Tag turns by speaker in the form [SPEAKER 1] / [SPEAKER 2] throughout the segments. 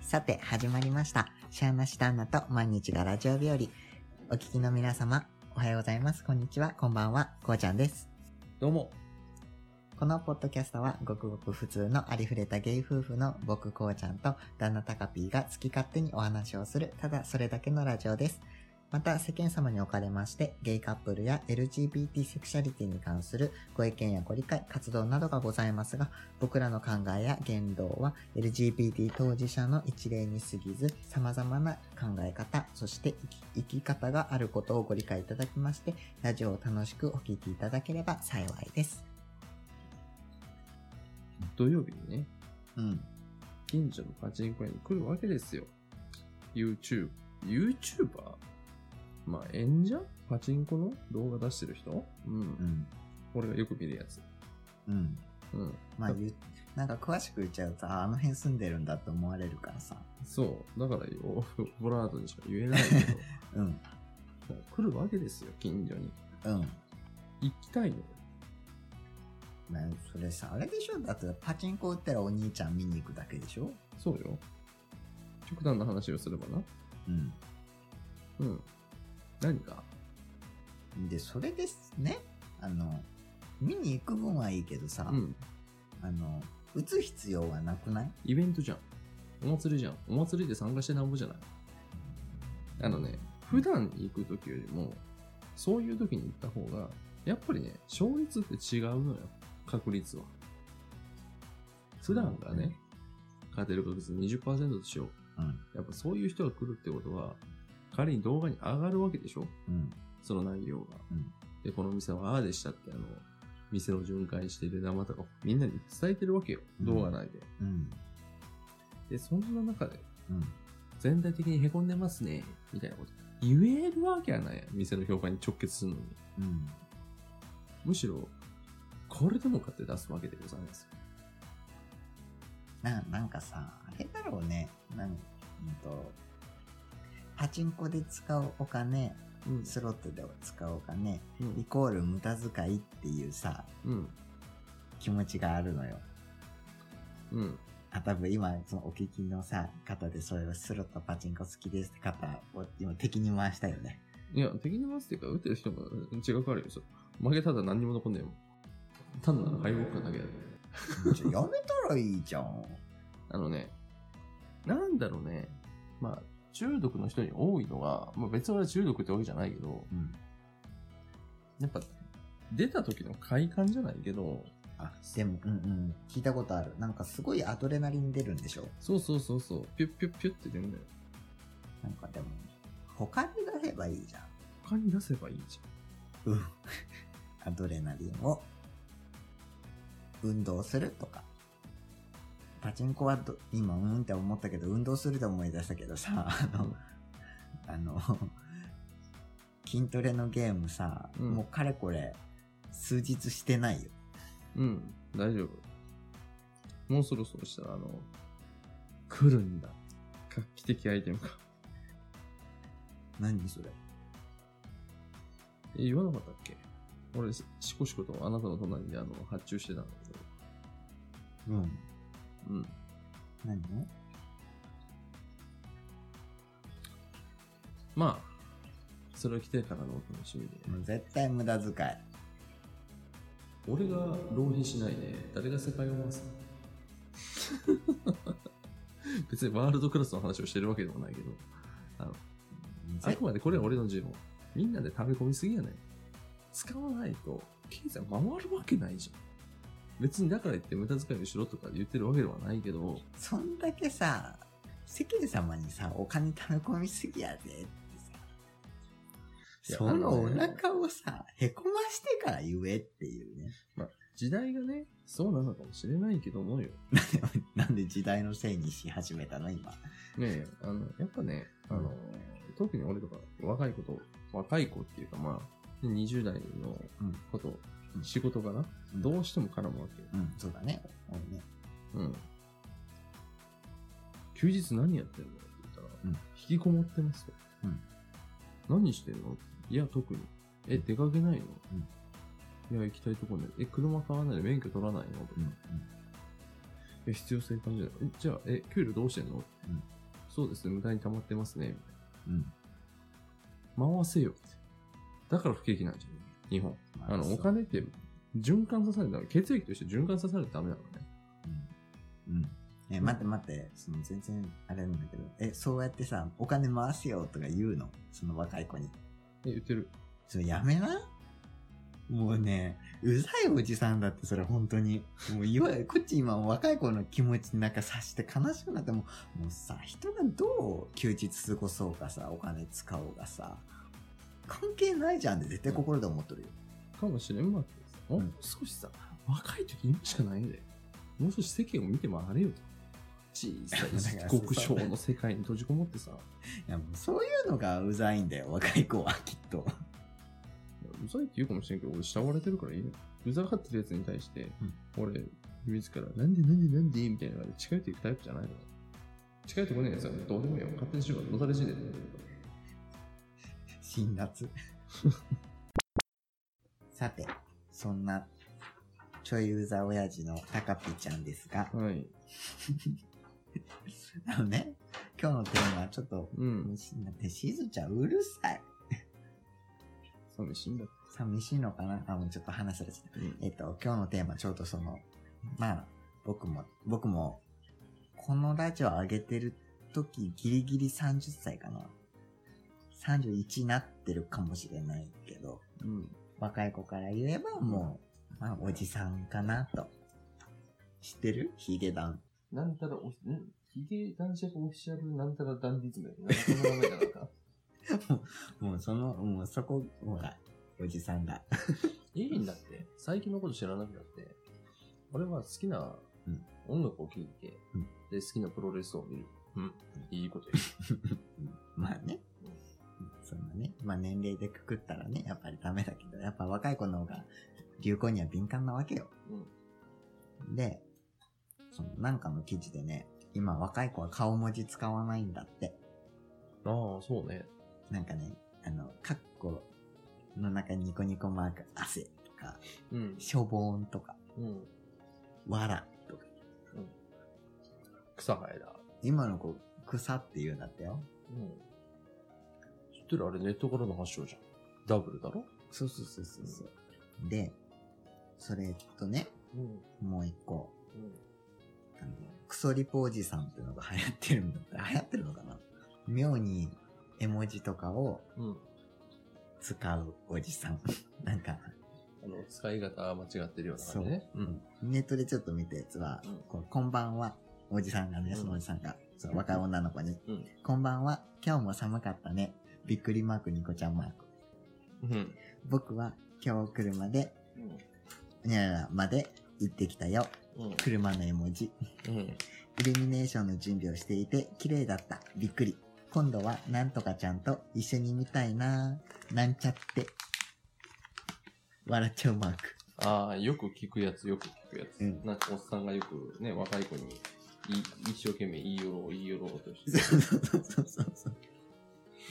[SPEAKER 1] さて、始まりました。シャーナシタンナと毎日がラジオ日和。お聞きの皆様、おはようございます。こんにちは。こんばんは。こうちゃんです。
[SPEAKER 2] どうも。
[SPEAKER 1] このポッドキャストは、ごくごく普通のありふれたゲイ夫婦の僕、こうちゃんと旦那タカピーが好き勝手にお話をする、ただそれだけのラジオです。また、世間様におかれまして、ゲイカップルや LGBT セクシャリティに関するご意見やご理解、活動などがございますが、僕らの考えや言動は LGBT 当事者の一例に過ぎず、様々な考え方、そして生き生き方があることをご理解いただきまして、ラジオを楽しくお聞きいただければ幸いです。
[SPEAKER 2] 土曜日にね、
[SPEAKER 1] うん。
[SPEAKER 2] 近所のパチンコ屋に来るわけですよ。YouTube。YouTuber? まあ、演者パチンコの動画出してる人うん。
[SPEAKER 1] うん。
[SPEAKER 2] 俺がよく見るやつ。
[SPEAKER 1] うん。
[SPEAKER 2] うん。
[SPEAKER 1] まあ、言うなんか詳しく言っちゃうと、ああの辺住んでるんだって思われるからさ。
[SPEAKER 2] そう。だからよ、 ボラードにしか言えない け
[SPEAKER 1] うん。
[SPEAKER 2] ど、もう来るわけですよ、近所に。
[SPEAKER 1] うん。
[SPEAKER 2] 行きたいのよ。
[SPEAKER 1] まあ、それさ、あれでしょだってパチンコ打ったらお兄ちゃん見に行くだけでしょ
[SPEAKER 2] そうよ。極端な話をすればな。
[SPEAKER 1] うん。
[SPEAKER 2] うん。何か
[SPEAKER 1] で、それですね。あの、見に行く分はいいけどさ、
[SPEAKER 2] うん。
[SPEAKER 1] あの、打つ必要はなくない
[SPEAKER 2] イベントじゃん。お祭りじゃん。お祭りで参加してなんぼじゃないあのね、普段行く時よりも、そういう時に行った方が、やっぱりね、勝率って違うのよ。確率は。普段がね、勝てる確率20%でしょ。
[SPEAKER 1] うん。
[SPEAKER 2] やっぱそういう人が来るってことは、仮に動画に上がるわけでしょ
[SPEAKER 1] うん。
[SPEAKER 2] その内容が。
[SPEAKER 1] うん
[SPEAKER 2] で、この店はああでしたって、あの、店の巡回してる生とか、みんなに伝えてるわけよ。
[SPEAKER 1] うん
[SPEAKER 2] 動画内で。
[SPEAKER 1] うん。
[SPEAKER 2] で、そんな中で、
[SPEAKER 1] うん。
[SPEAKER 2] 全体的にへこんでますね、みたいなこと。言えるわけはないやん店の評価に直結するのに。
[SPEAKER 1] うん。
[SPEAKER 2] むしろ、これでもかって出すわけでございます。
[SPEAKER 1] な、なんかさ、あれだろうね。なん、うんと、パチンコで使うお金、
[SPEAKER 2] うん
[SPEAKER 1] スロットで使うお金、
[SPEAKER 2] う
[SPEAKER 1] イ
[SPEAKER 2] ん。
[SPEAKER 1] コール無駄遣いっていうさ、
[SPEAKER 2] うん。
[SPEAKER 1] 気持ちがあるのよ。
[SPEAKER 2] うん。
[SPEAKER 1] あ、多分今、そのお聞きのさ、方でそういうスロットパチンコ好きですって方を今敵に回したよね。
[SPEAKER 2] いや、敵に回すっていうか、打ってる人もうん違くあるよ。それ負けたら何にも残んねえもん。単なる敗北感だけだよ。
[SPEAKER 1] じゃあやめたらいいじゃん。
[SPEAKER 2] あのね、なんだろうね。まあ、中毒の人に多いのは、まあ別に俺は中毒ってわけじゃないけど、
[SPEAKER 1] うん。
[SPEAKER 2] やっぱ、出た時の快感じゃないけど、
[SPEAKER 1] あ、でも、うんうん。聞いたことある。なんかすごいアドレナリン出るんでしょ
[SPEAKER 2] そうそうそうそう、ピュッピュッピュッって出るんだよ。
[SPEAKER 1] なんかでも、他に出せばいいじゃん。
[SPEAKER 2] 他に出せばいいじ
[SPEAKER 1] うん。アドレナリンを、運動するとか。パチンコはど今、うんって思ったけど、運動すると思い出したけどさ、あ
[SPEAKER 2] ゃん。
[SPEAKER 1] の、あの、筋トレのゲームさ、
[SPEAKER 2] うん
[SPEAKER 1] もうかれこれ、数日してないよ。
[SPEAKER 2] うん、大丈夫。もうそろそろしたら、あの、来るんだ。画期的アイテムか。
[SPEAKER 1] 何それ。
[SPEAKER 2] え、言わなかったっけ俺、ししこしことあなたの隣であの発注してたんだけど。
[SPEAKER 1] うん。
[SPEAKER 2] うん。
[SPEAKER 1] 何
[SPEAKER 2] まあ、それを着てからのお楽しみで。
[SPEAKER 1] もう絶対無駄遣い。
[SPEAKER 2] 俺が浪費しないで、誰が世界を回すの 別にワールドクラスの話をしてるわけでもないけど、あくまでこれは俺の持論。みんなで食べ込みすぎやねん。使わないと、経済回るわけないじゃん。別にだから言って無駄遣いをしろとか言ってるわけではないけど、
[SPEAKER 1] そんだけさ、世間様にさ、お金溜め込みすぎやぜって
[SPEAKER 2] い
[SPEAKER 1] さ、
[SPEAKER 2] や
[SPEAKER 1] そのお
[SPEAKER 2] あのね
[SPEAKER 1] 腹をさ、へこましてから言えっていうね。
[SPEAKER 2] 時代がね、そうなのかもしれないけどもよ。
[SPEAKER 1] なんで時代のせいにし始めたの今。
[SPEAKER 2] ねえ、あの、やっぱね、あの、特に俺とか若い子と、若い子っていうかまあ、20代のこと、
[SPEAKER 1] うん
[SPEAKER 2] 仕事かな、
[SPEAKER 1] うん
[SPEAKER 2] どうしても絡むわけよ。
[SPEAKER 1] うん、そうだね。俺ね
[SPEAKER 2] うん。休日何やってるのって言ったら、
[SPEAKER 1] うん
[SPEAKER 2] 引きこもってますよ。
[SPEAKER 1] うん
[SPEAKER 2] 何してんのいや、特に。え、出かけないの、いや、行きたいとこね。え、車買わないで免許取らないの、
[SPEAKER 1] うん、
[SPEAKER 2] え、必要性感じない。え、じゃあ、え、給料どうしてんの、
[SPEAKER 1] うん
[SPEAKER 2] そうですね、無駄に溜まってますね。みたい
[SPEAKER 1] うん。
[SPEAKER 2] な回せよって。だから不景気なんじゃね日本。
[SPEAKER 1] ま
[SPEAKER 2] あの、お
[SPEAKER 1] そう
[SPEAKER 2] 金って循環させないとダメ、血液として循環させないとダメなのね。
[SPEAKER 1] うん。うん。え、待って待って、その全然あれなんだけど、え、そうやってさ、お金回すよとか言うのその若い子に。
[SPEAKER 2] え、言ってる。
[SPEAKER 1] それやめなもうね、うざいおじさんだって、それ本当に。もういわゆる、こっち今若い子の気持ちなんか察して悲しくなってもう、もうさ、人がどう休日過ごそうかさ、お金使おうがさ、関係ないじゃんって絶対心で思っとるよ。
[SPEAKER 2] かもしれんわけです。も
[SPEAKER 1] うん
[SPEAKER 2] う少しさ、若い時今しかないんだよ。もう少し世間を見て回れよと。小さ
[SPEAKER 1] だから
[SPEAKER 2] い極小の世界に閉じこもってさ、
[SPEAKER 1] いやもうそういうのがうざいんだよ、若い子は、きっと。
[SPEAKER 2] うざいって言うかもしれんけど、俺慕われてるからいいの。うざがってるやつに対して、俺、自ら、なんでなんでなんでみたいなので近寄っていくタイプじゃないの。近寄ってこねえやつはどうでもいいよ。勝手にしろ。のたれ死んでる。
[SPEAKER 1] 辛辣。 さて、そんな、ちょいうざ親父のタカピちゃんですが、
[SPEAKER 2] はい。
[SPEAKER 1] あのね、今日のテーマはちょっと、
[SPEAKER 2] うん。
[SPEAKER 1] だってしずちゃんうるさい。
[SPEAKER 2] 寂しいんだ。
[SPEAKER 1] 寂しいのかなあ、もうちょっと話されちゃっ
[SPEAKER 2] うん
[SPEAKER 1] た。えっと、今日のテーマちょうどその、まあ、僕も、僕も、このラジオ上げてる時ギリギリ30歳かな。31になってるかもしれないけど、
[SPEAKER 2] うん。
[SPEAKER 1] 若い子から言えばもう、まあ、おじさんかなと。知ってるヒゲダン。
[SPEAKER 2] なんたらお、んヒゲ男爵オフィシャルなんたらダンディズム。なんかの名前だなんか。
[SPEAKER 1] もうその、もうそこ、ほら、おじさんが。
[SPEAKER 2] いいんだって、最近のこと知らなくなって、俺は好きな
[SPEAKER 1] うん
[SPEAKER 2] 音楽を聴いて、
[SPEAKER 1] うん
[SPEAKER 2] で、好きなプロレスを見る。うん。いいこと言
[SPEAKER 1] まあね。そんなね。まあ年齢でくくったらね、やっぱりダメだけど、やっぱ若い子の方が流行には敏感なわけよ。
[SPEAKER 2] う。うん。
[SPEAKER 1] で、そのなんかの記事でね、今若い子は顔文字使わないんだって。
[SPEAKER 2] ああ、そうね。
[SPEAKER 1] なんかね、あの、カッコの中にニコニコマーク、汗とか、
[SPEAKER 2] うん。
[SPEAKER 1] しょぼーんとか、
[SPEAKER 2] うん。
[SPEAKER 1] わらとか。
[SPEAKER 2] 草生えだ。
[SPEAKER 1] 今の子、草って言うんだったよ。
[SPEAKER 2] うん。知ってるあれネットからの発祥じゃん。ダブルだろ
[SPEAKER 1] そうそうそうそうそう。で、それとね、
[SPEAKER 2] うん。
[SPEAKER 1] もう一個。
[SPEAKER 2] うん。
[SPEAKER 1] あの、クソリポおじさんっていうのが流行ってるんだって、 流行ってるのかな妙に絵文字とかを
[SPEAKER 2] うん。
[SPEAKER 1] 使うおじさん。 なんか、
[SPEAKER 2] あの、使い方間違ってるような感じね。うん。
[SPEAKER 1] ネットでちょっと見たやつは、
[SPEAKER 2] うん
[SPEAKER 1] こうこんばんは、おじさんがね、
[SPEAKER 2] うん
[SPEAKER 1] そのおじさんが、その若い女の子に、
[SPEAKER 2] うん
[SPEAKER 1] こんばんは、今日も寒かったね。びっくりマーク、ニコちゃんマーク。
[SPEAKER 2] うん。
[SPEAKER 1] 僕は今日車で、
[SPEAKER 2] うん。
[SPEAKER 1] にゃららまで行ってきたよ。
[SPEAKER 2] うん。
[SPEAKER 1] 車の絵文字。
[SPEAKER 2] うん。
[SPEAKER 1] イルミネーションの準備をしていて綺麗だった。びっくり。今度はなんとかちゃんと一緒に見たいななんちゃって。笑っちゃうマーク。
[SPEAKER 2] ああ、よく聞くやつ、よく聞くやつ。
[SPEAKER 1] うん
[SPEAKER 2] なんかおっさんがよくね、若い子に、い一生懸命言いよろう、言いよろうとして。
[SPEAKER 1] そうそう そうそうそう。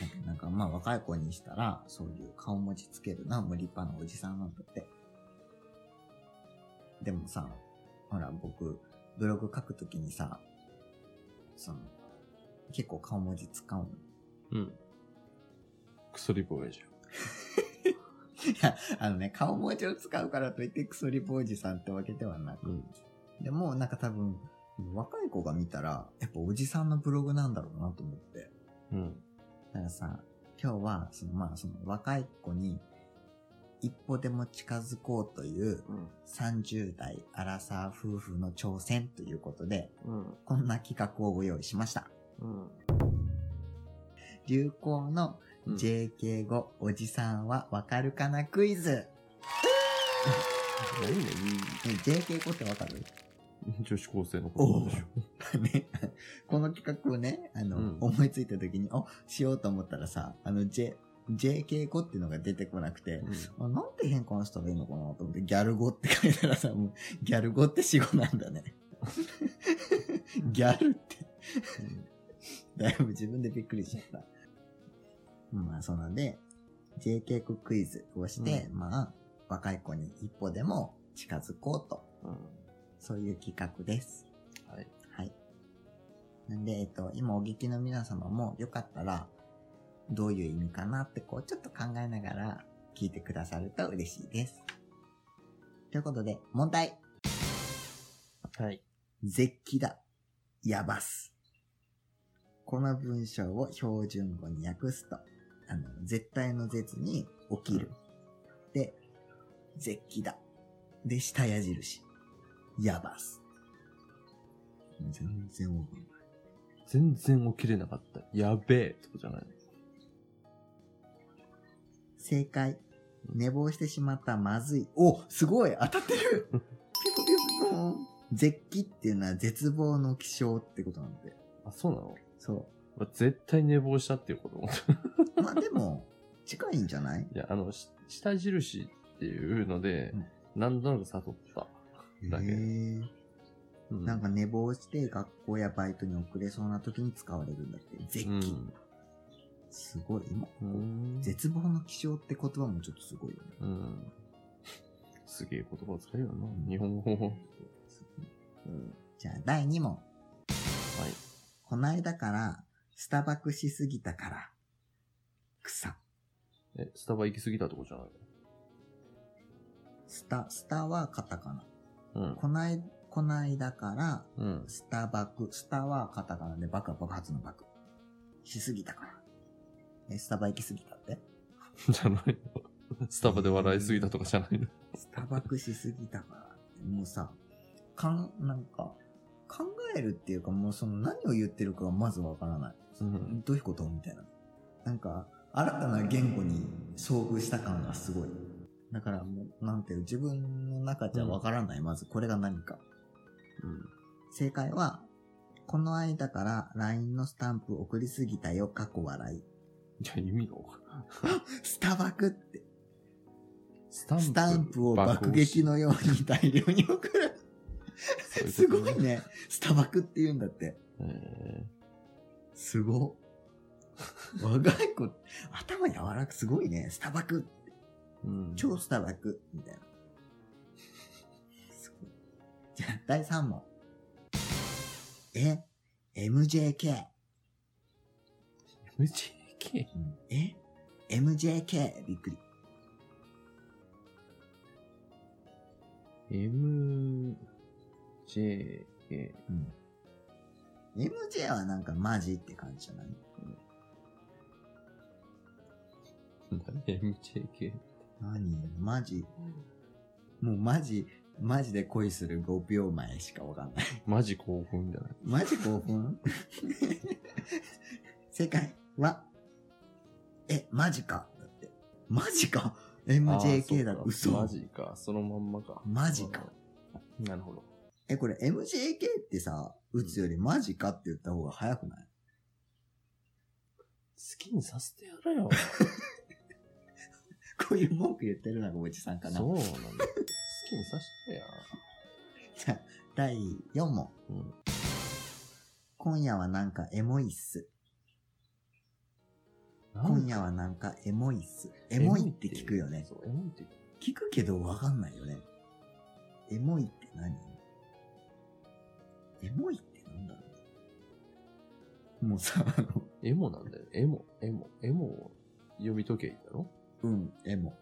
[SPEAKER 1] なんか、なんかまあ若い子にしたら、そういう顔文字つけるな、もう立派なおじさんなんだって。でもさ、ほら僕、ブログ書くときにさ、その、結構顔文字使うの。
[SPEAKER 2] うん。クソリボーイじ
[SPEAKER 1] いや、 あのね、顔文字を使うからといってクソリボージさんってわけではなく、
[SPEAKER 2] うん
[SPEAKER 1] でもなんか多分、若い子が見たら、やっぱおじさんのブログなんだろうなと思って。
[SPEAKER 2] ゃん。うん。
[SPEAKER 1] だからさ、今日は、そのまあその若い子に一歩でも近づこうという
[SPEAKER 2] うん。
[SPEAKER 1] 30代アラサー夫婦の挑戦ということで、
[SPEAKER 2] うん。
[SPEAKER 1] こんな企画をご用意しました。
[SPEAKER 2] うん。
[SPEAKER 1] 流行の JK 語、おじさんはわかるかなクイズ。
[SPEAKER 2] 何ね、
[SPEAKER 1] ね JK 語ってわかる
[SPEAKER 2] 女子高生の
[SPEAKER 1] お
[SPEAKER 2] 子
[SPEAKER 1] う
[SPEAKER 2] でしょ。
[SPEAKER 1] ね、 この企画をね、あの、
[SPEAKER 2] うん
[SPEAKER 1] 思いついた時に、お、しようと思ったらさ、あの、J、JK 語っていうのが出てこなくて、あなんて変換したらいいのかなと思って、ギャル語って書いたらさ、もう、ギャル語って死語なんだね。ギャルって、だいぶ自分でびっくりしちゃった。まあ、そんなんで、JK 語クイズをして、まあ、若い子に一歩でも近づこうと、
[SPEAKER 2] うん。うん。
[SPEAKER 1] そういう企画です。
[SPEAKER 2] はい。
[SPEAKER 1] はい。なんで、えっと、今お聞きの皆様もよかったら、どういう意味かなってこう、ちょっと考えながら聞いてくださると嬉しいです。ということで、問題
[SPEAKER 2] はい。
[SPEAKER 1] 絶起だ。やばす。この文章を標準語に訳すと、あの、絶対の絶に起きる。で、絶起だ。で、下矢印。やばす。全然わかんない。
[SPEAKER 2] 全然起きれなかった。やべえってことじゃない
[SPEAKER 1] 正解。寝坊してしまったまずい。おすごい当たってるピコピコピコーン絶起っていうのは絶望の気象ってことなんで。
[SPEAKER 2] あ、そうなの
[SPEAKER 1] そ
[SPEAKER 2] まあ絶対寝坊したっていうこと思った。
[SPEAKER 1] う。まあでも、近いんじゃない
[SPEAKER 2] いや、あの、し下印っていうので、なんとなく悟った。だけ
[SPEAKER 1] へー
[SPEAKER 2] う
[SPEAKER 1] なんか、寝坊して学校やバイトに遅れそうな時に使われるんだって。絶
[SPEAKER 2] う
[SPEAKER 1] 起。
[SPEAKER 2] ん。
[SPEAKER 1] すごい。今、
[SPEAKER 2] うん。
[SPEAKER 1] 絶望の気象って言葉もちょっとすごいよね。
[SPEAKER 2] うん。すげえ言葉使うよな。日本語。うん。
[SPEAKER 1] じゃあ、第2問。
[SPEAKER 2] はい。
[SPEAKER 1] こないだから、スタバクしすぎたから、草。
[SPEAKER 2] え、スタバ行き過ぎたとこじゃない
[SPEAKER 1] スタ、スタはカタカナ。
[SPEAKER 2] の
[SPEAKER 1] こない、こないだから、
[SPEAKER 2] うん。うん。
[SPEAKER 1] スタバク、スタはカタカナで、バクは爆発のバク。しすぎたから。え、スタバ行きすぎたって
[SPEAKER 2] じゃないの。スタバで笑いすぎたとかじゃないの。
[SPEAKER 1] スタバクしすぎたからって、もうさ、かん、なんか、考えるっていうか、もうその何を言ってるかがまずわからない。
[SPEAKER 2] うん
[SPEAKER 1] どういうことみたいな。なんか、新たな言語に遭遇した感がすごい。だからもう、なんていう、自分の中じゃわからない、まずこれが何か。正解は、この間から LINE のスタンプ送りすぎたよ、過去笑い。
[SPEAKER 2] いや、意味がわかんない
[SPEAKER 1] スタバクって、
[SPEAKER 2] スタ
[SPEAKER 1] スタンプを爆撃のように大量に送る。
[SPEAKER 2] そう
[SPEAKER 1] す
[SPEAKER 2] うこ
[SPEAKER 1] ご
[SPEAKER 2] と
[SPEAKER 1] い。ね。スタバクって言うんだって。
[SPEAKER 2] え
[SPEAKER 1] すご。若い子、頭柔らかすごいね。スタバク、
[SPEAKER 2] ーうん
[SPEAKER 1] 超スタバク、みたいな。すごい。じゃあ、第3問。え ?MJK。
[SPEAKER 2] MJK?
[SPEAKER 1] え ?MJK? びっくり。
[SPEAKER 2] MJK。
[SPEAKER 1] うん。MJ はなんかマジって感じじゃない
[SPEAKER 2] 何 ?MJK?
[SPEAKER 1] 何マジ。もうマジ、マジで恋する5秒前しかわかんない。
[SPEAKER 2] マジ興奮じゃない
[SPEAKER 1] マジ興 奮正解は、え、マジかだって。マジか ?MJK だ
[SPEAKER 2] あーそう
[SPEAKER 1] 嘘。
[SPEAKER 2] か。マジか。そのまんまか。
[SPEAKER 1] マジか。
[SPEAKER 2] なるほど。
[SPEAKER 1] え、これ MJK ってさ、打つよりマジかって言った方が早くない
[SPEAKER 2] 好きにさせてや れよ。
[SPEAKER 1] こういう文句言ってるのがおじさんかな。
[SPEAKER 2] そうなんだ。好きにさせてや。
[SPEAKER 1] じゃあ、第4問。
[SPEAKER 2] うん。
[SPEAKER 1] 今夜はなんかエモいっす。今夜はなんかエモいっす。エモいって聞くよね。
[SPEAKER 2] そう、エモいって聞く。
[SPEAKER 1] 聞くけどわかんないよね。エモいって何エモいってなんだろうもうさ、あの、
[SPEAKER 2] エモなんだよ。エモ、エモ、エモを読み解けいいだろ
[SPEAKER 1] うん、エモ。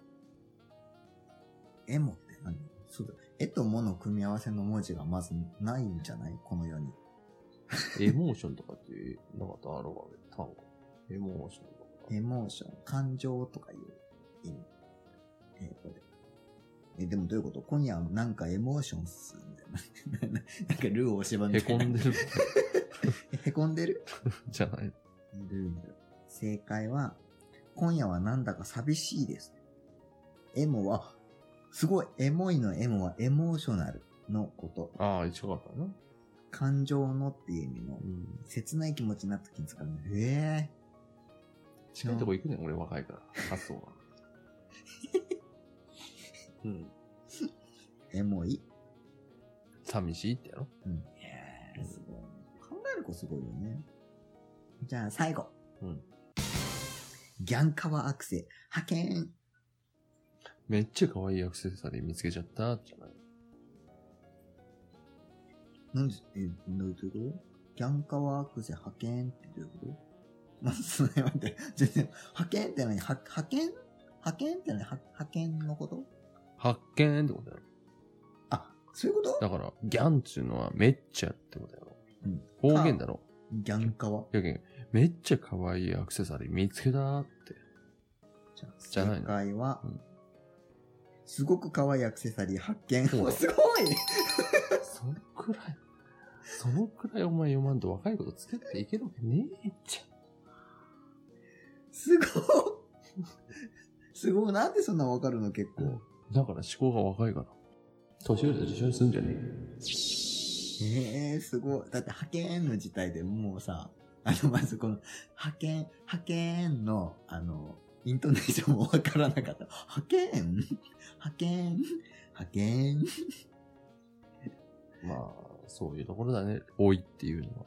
[SPEAKER 1] エモって何そうだ。絵とモの組み合わせの文字がまずないんじゃないこの世に。
[SPEAKER 2] エモーションとかっていうなかったアルファベット単語。エモーションとか。
[SPEAKER 1] エモーション、感情とかいう意味。英語で。え、でもどういうこと今夜はなんかエモーションっすみたいな。 なんかルー大芝
[SPEAKER 2] へ
[SPEAKER 1] みた
[SPEAKER 2] こ
[SPEAKER 1] いな。
[SPEAKER 2] ん でる
[SPEAKER 1] へこんでる
[SPEAKER 2] じゃない。
[SPEAKER 1] ルーム。正解は、今夜はなんだか寂しいです。エモは、すごい、エモいのエモはエモーショナルのこと。
[SPEAKER 2] ああ、一緒かったな。
[SPEAKER 1] 感情のっていう意味の
[SPEAKER 2] う、ん。
[SPEAKER 1] 切ない気持ちになった時に使うの。え
[SPEAKER 2] 近いとこ行くね、俺若いから。発想が。 うん。
[SPEAKER 1] えエモい
[SPEAKER 2] 寂しいってやろ
[SPEAKER 1] うん。すごい。考える子すごいよね。じゃあ、最後。
[SPEAKER 2] うん。
[SPEAKER 1] ギャンカワアクセ、派遣
[SPEAKER 2] めっちゃ可愛いアクセサリー見つけちゃった、じゃない。
[SPEAKER 1] なんで、え、どういうことギャンカワークゼ派遣ってどういうことまあ、すいません。全然、派遣って何は派遣派遣って何は派遣のこと
[SPEAKER 2] 発見ってことやろ。
[SPEAKER 1] あ、そういうこと
[SPEAKER 2] だから、ギャンっちゅうのはめっちゃってことやろ。
[SPEAKER 1] うん
[SPEAKER 2] 方言だろ。
[SPEAKER 1] ギャンカワ。
[SPEAKER 2] やけん、めっちゃ可愛いアクセサリー見つけたー って。
[SPEAKER 1] じゃあ
[SPEAKER 2] じゃない
[SPEAKER 1] 正
[SPEAKER 2] の
[SPEAKER 1] 解は、
[SPEAKER 2] うん
[SPEAKER 1] すごく可愛いアクセサリー発見。
[SPEAKER 2] そうだ
[SPEAKER 1] お すごい
[SPEAKER 2] そのくらい、そのくらいお前読まんと若いことつけていけるわけねえじ
[SPEAKER 1] すごい すごい。なんでそんなわかるの結構。
[SPEAKER 2] ゃん。だから思考が若いから。年寄りと一緒にすんじゃね
[SPEAKER 1] ええすごい。だって派遣の時代でもうさ、あの、まずこの、派遣、派遣の、あの、イントネーションもわからなかった。派遣派遣派遣
[SPEAKER 2] え。まあ、そういうところだね。多いっていうのは。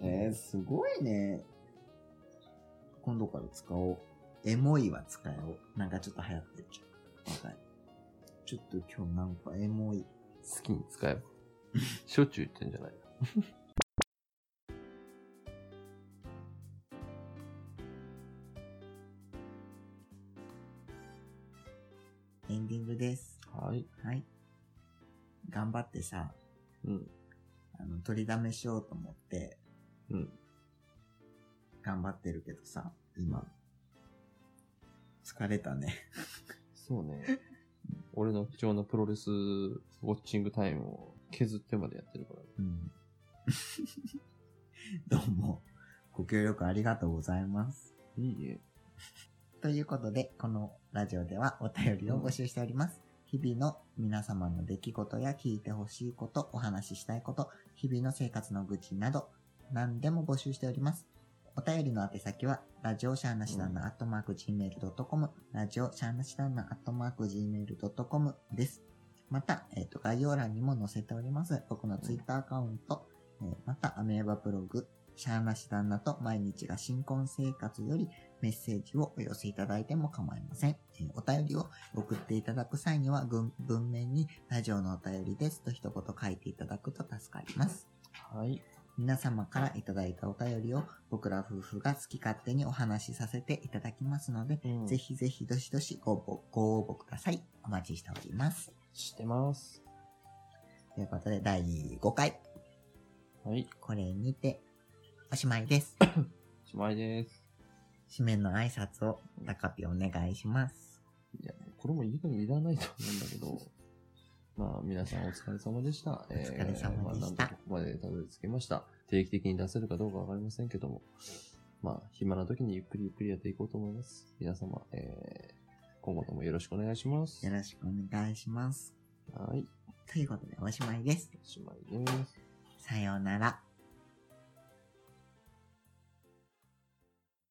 [SPEAKER 1] えー、すごいね。今度から使おう。エモいは使おう。なんかちょっと流行ってるじゃん。若い。ちょっと今日なんかエモい。
[SPEAKER 2] 好きに使え ば。しょっちゅう言ってんじゃない
[SPEAKER 1] エンディングです。
[SPEAKER 2] はい。
[SPEAKER 1] はい。頑張ってさ、
[SPEAKER 2] うん。
[SPEAKER 1] あの、取りだめしようと思って、
[SPEAKER 2] うん。
[SPEAKER 1] 頑張ってるけどさ、今。疲れたね。
[SPEAKER 2] そうね。俺の貴重なプロレスウォッチングタイムを削ってまでやってるから、ね。
[SPEAKER 1] うん。 どうも、ご協力ありがとうございます。
[SPEAKER 2] いいえ。
[SPEAKER 1] ということで、このラジオではお便りを募集しております。日々の皆様の出来事や聞いてほしいこと、お話ししたいこと、日々の生活の愚痴など、何でも募集しております。お便りの宛先は、ラジオシャーナシダンのアットマーク Gmail.com、ラジオシャーナシダンのアットマーク Gmail.com です。また、えっ、と、概要欄にも載せております、僕のツイッターアカウント、えーまた、アメーバブログ、シャーナシダンナと毎日が新婚生活よりメッセージをお寄せいただいても構いません。えーお便りを送っていただく際には、文文面にラジオのお便りですと一言書いていただくと助かります。
[SPEAKER 2] はい。
[SPEAKER 1] 皆様からいただいたお便りを僕ら夫婦が好き勝手にお話しさせていただきますので、
[SPEAKER 2] うん
[SPEAKER 1] ぜひぜひどしどしご応募ご応募ください。お待ちしております。
[SPEAKER 2] してます。
[SPEAKER 1] ということで、第5回、
[SPEAKER 2] はい。
[SPEAKER 1] これにておしまいです。
[SPEAKER 2] おしまいです。
[SPEAKER 1] 締めの挨拶を高ピお願いします。
[SPEAKER 2] いや、これも言うのにいらないと思うんだけ ど、まあ、皆さんお疲れ様でした。お
[SPEAKER 1] 疲れ様でした
[SPEAKER 2] まあ、なんとここまでたどり着けました。定期的に出せるかどうかわかりませんけども、まあ、暇な時にゆっくりゆっくりやっていこうと思います。皆様、えー、今後ともよろしくお願いします。
[SPEAKER 1] よろしくお願いします。
[SPEAKER 2] はい。
[SPEAKER 1] ということで、おしまいです。
[SPEAKER 2] おしまいです。
[SPEAKER 1] さようなら。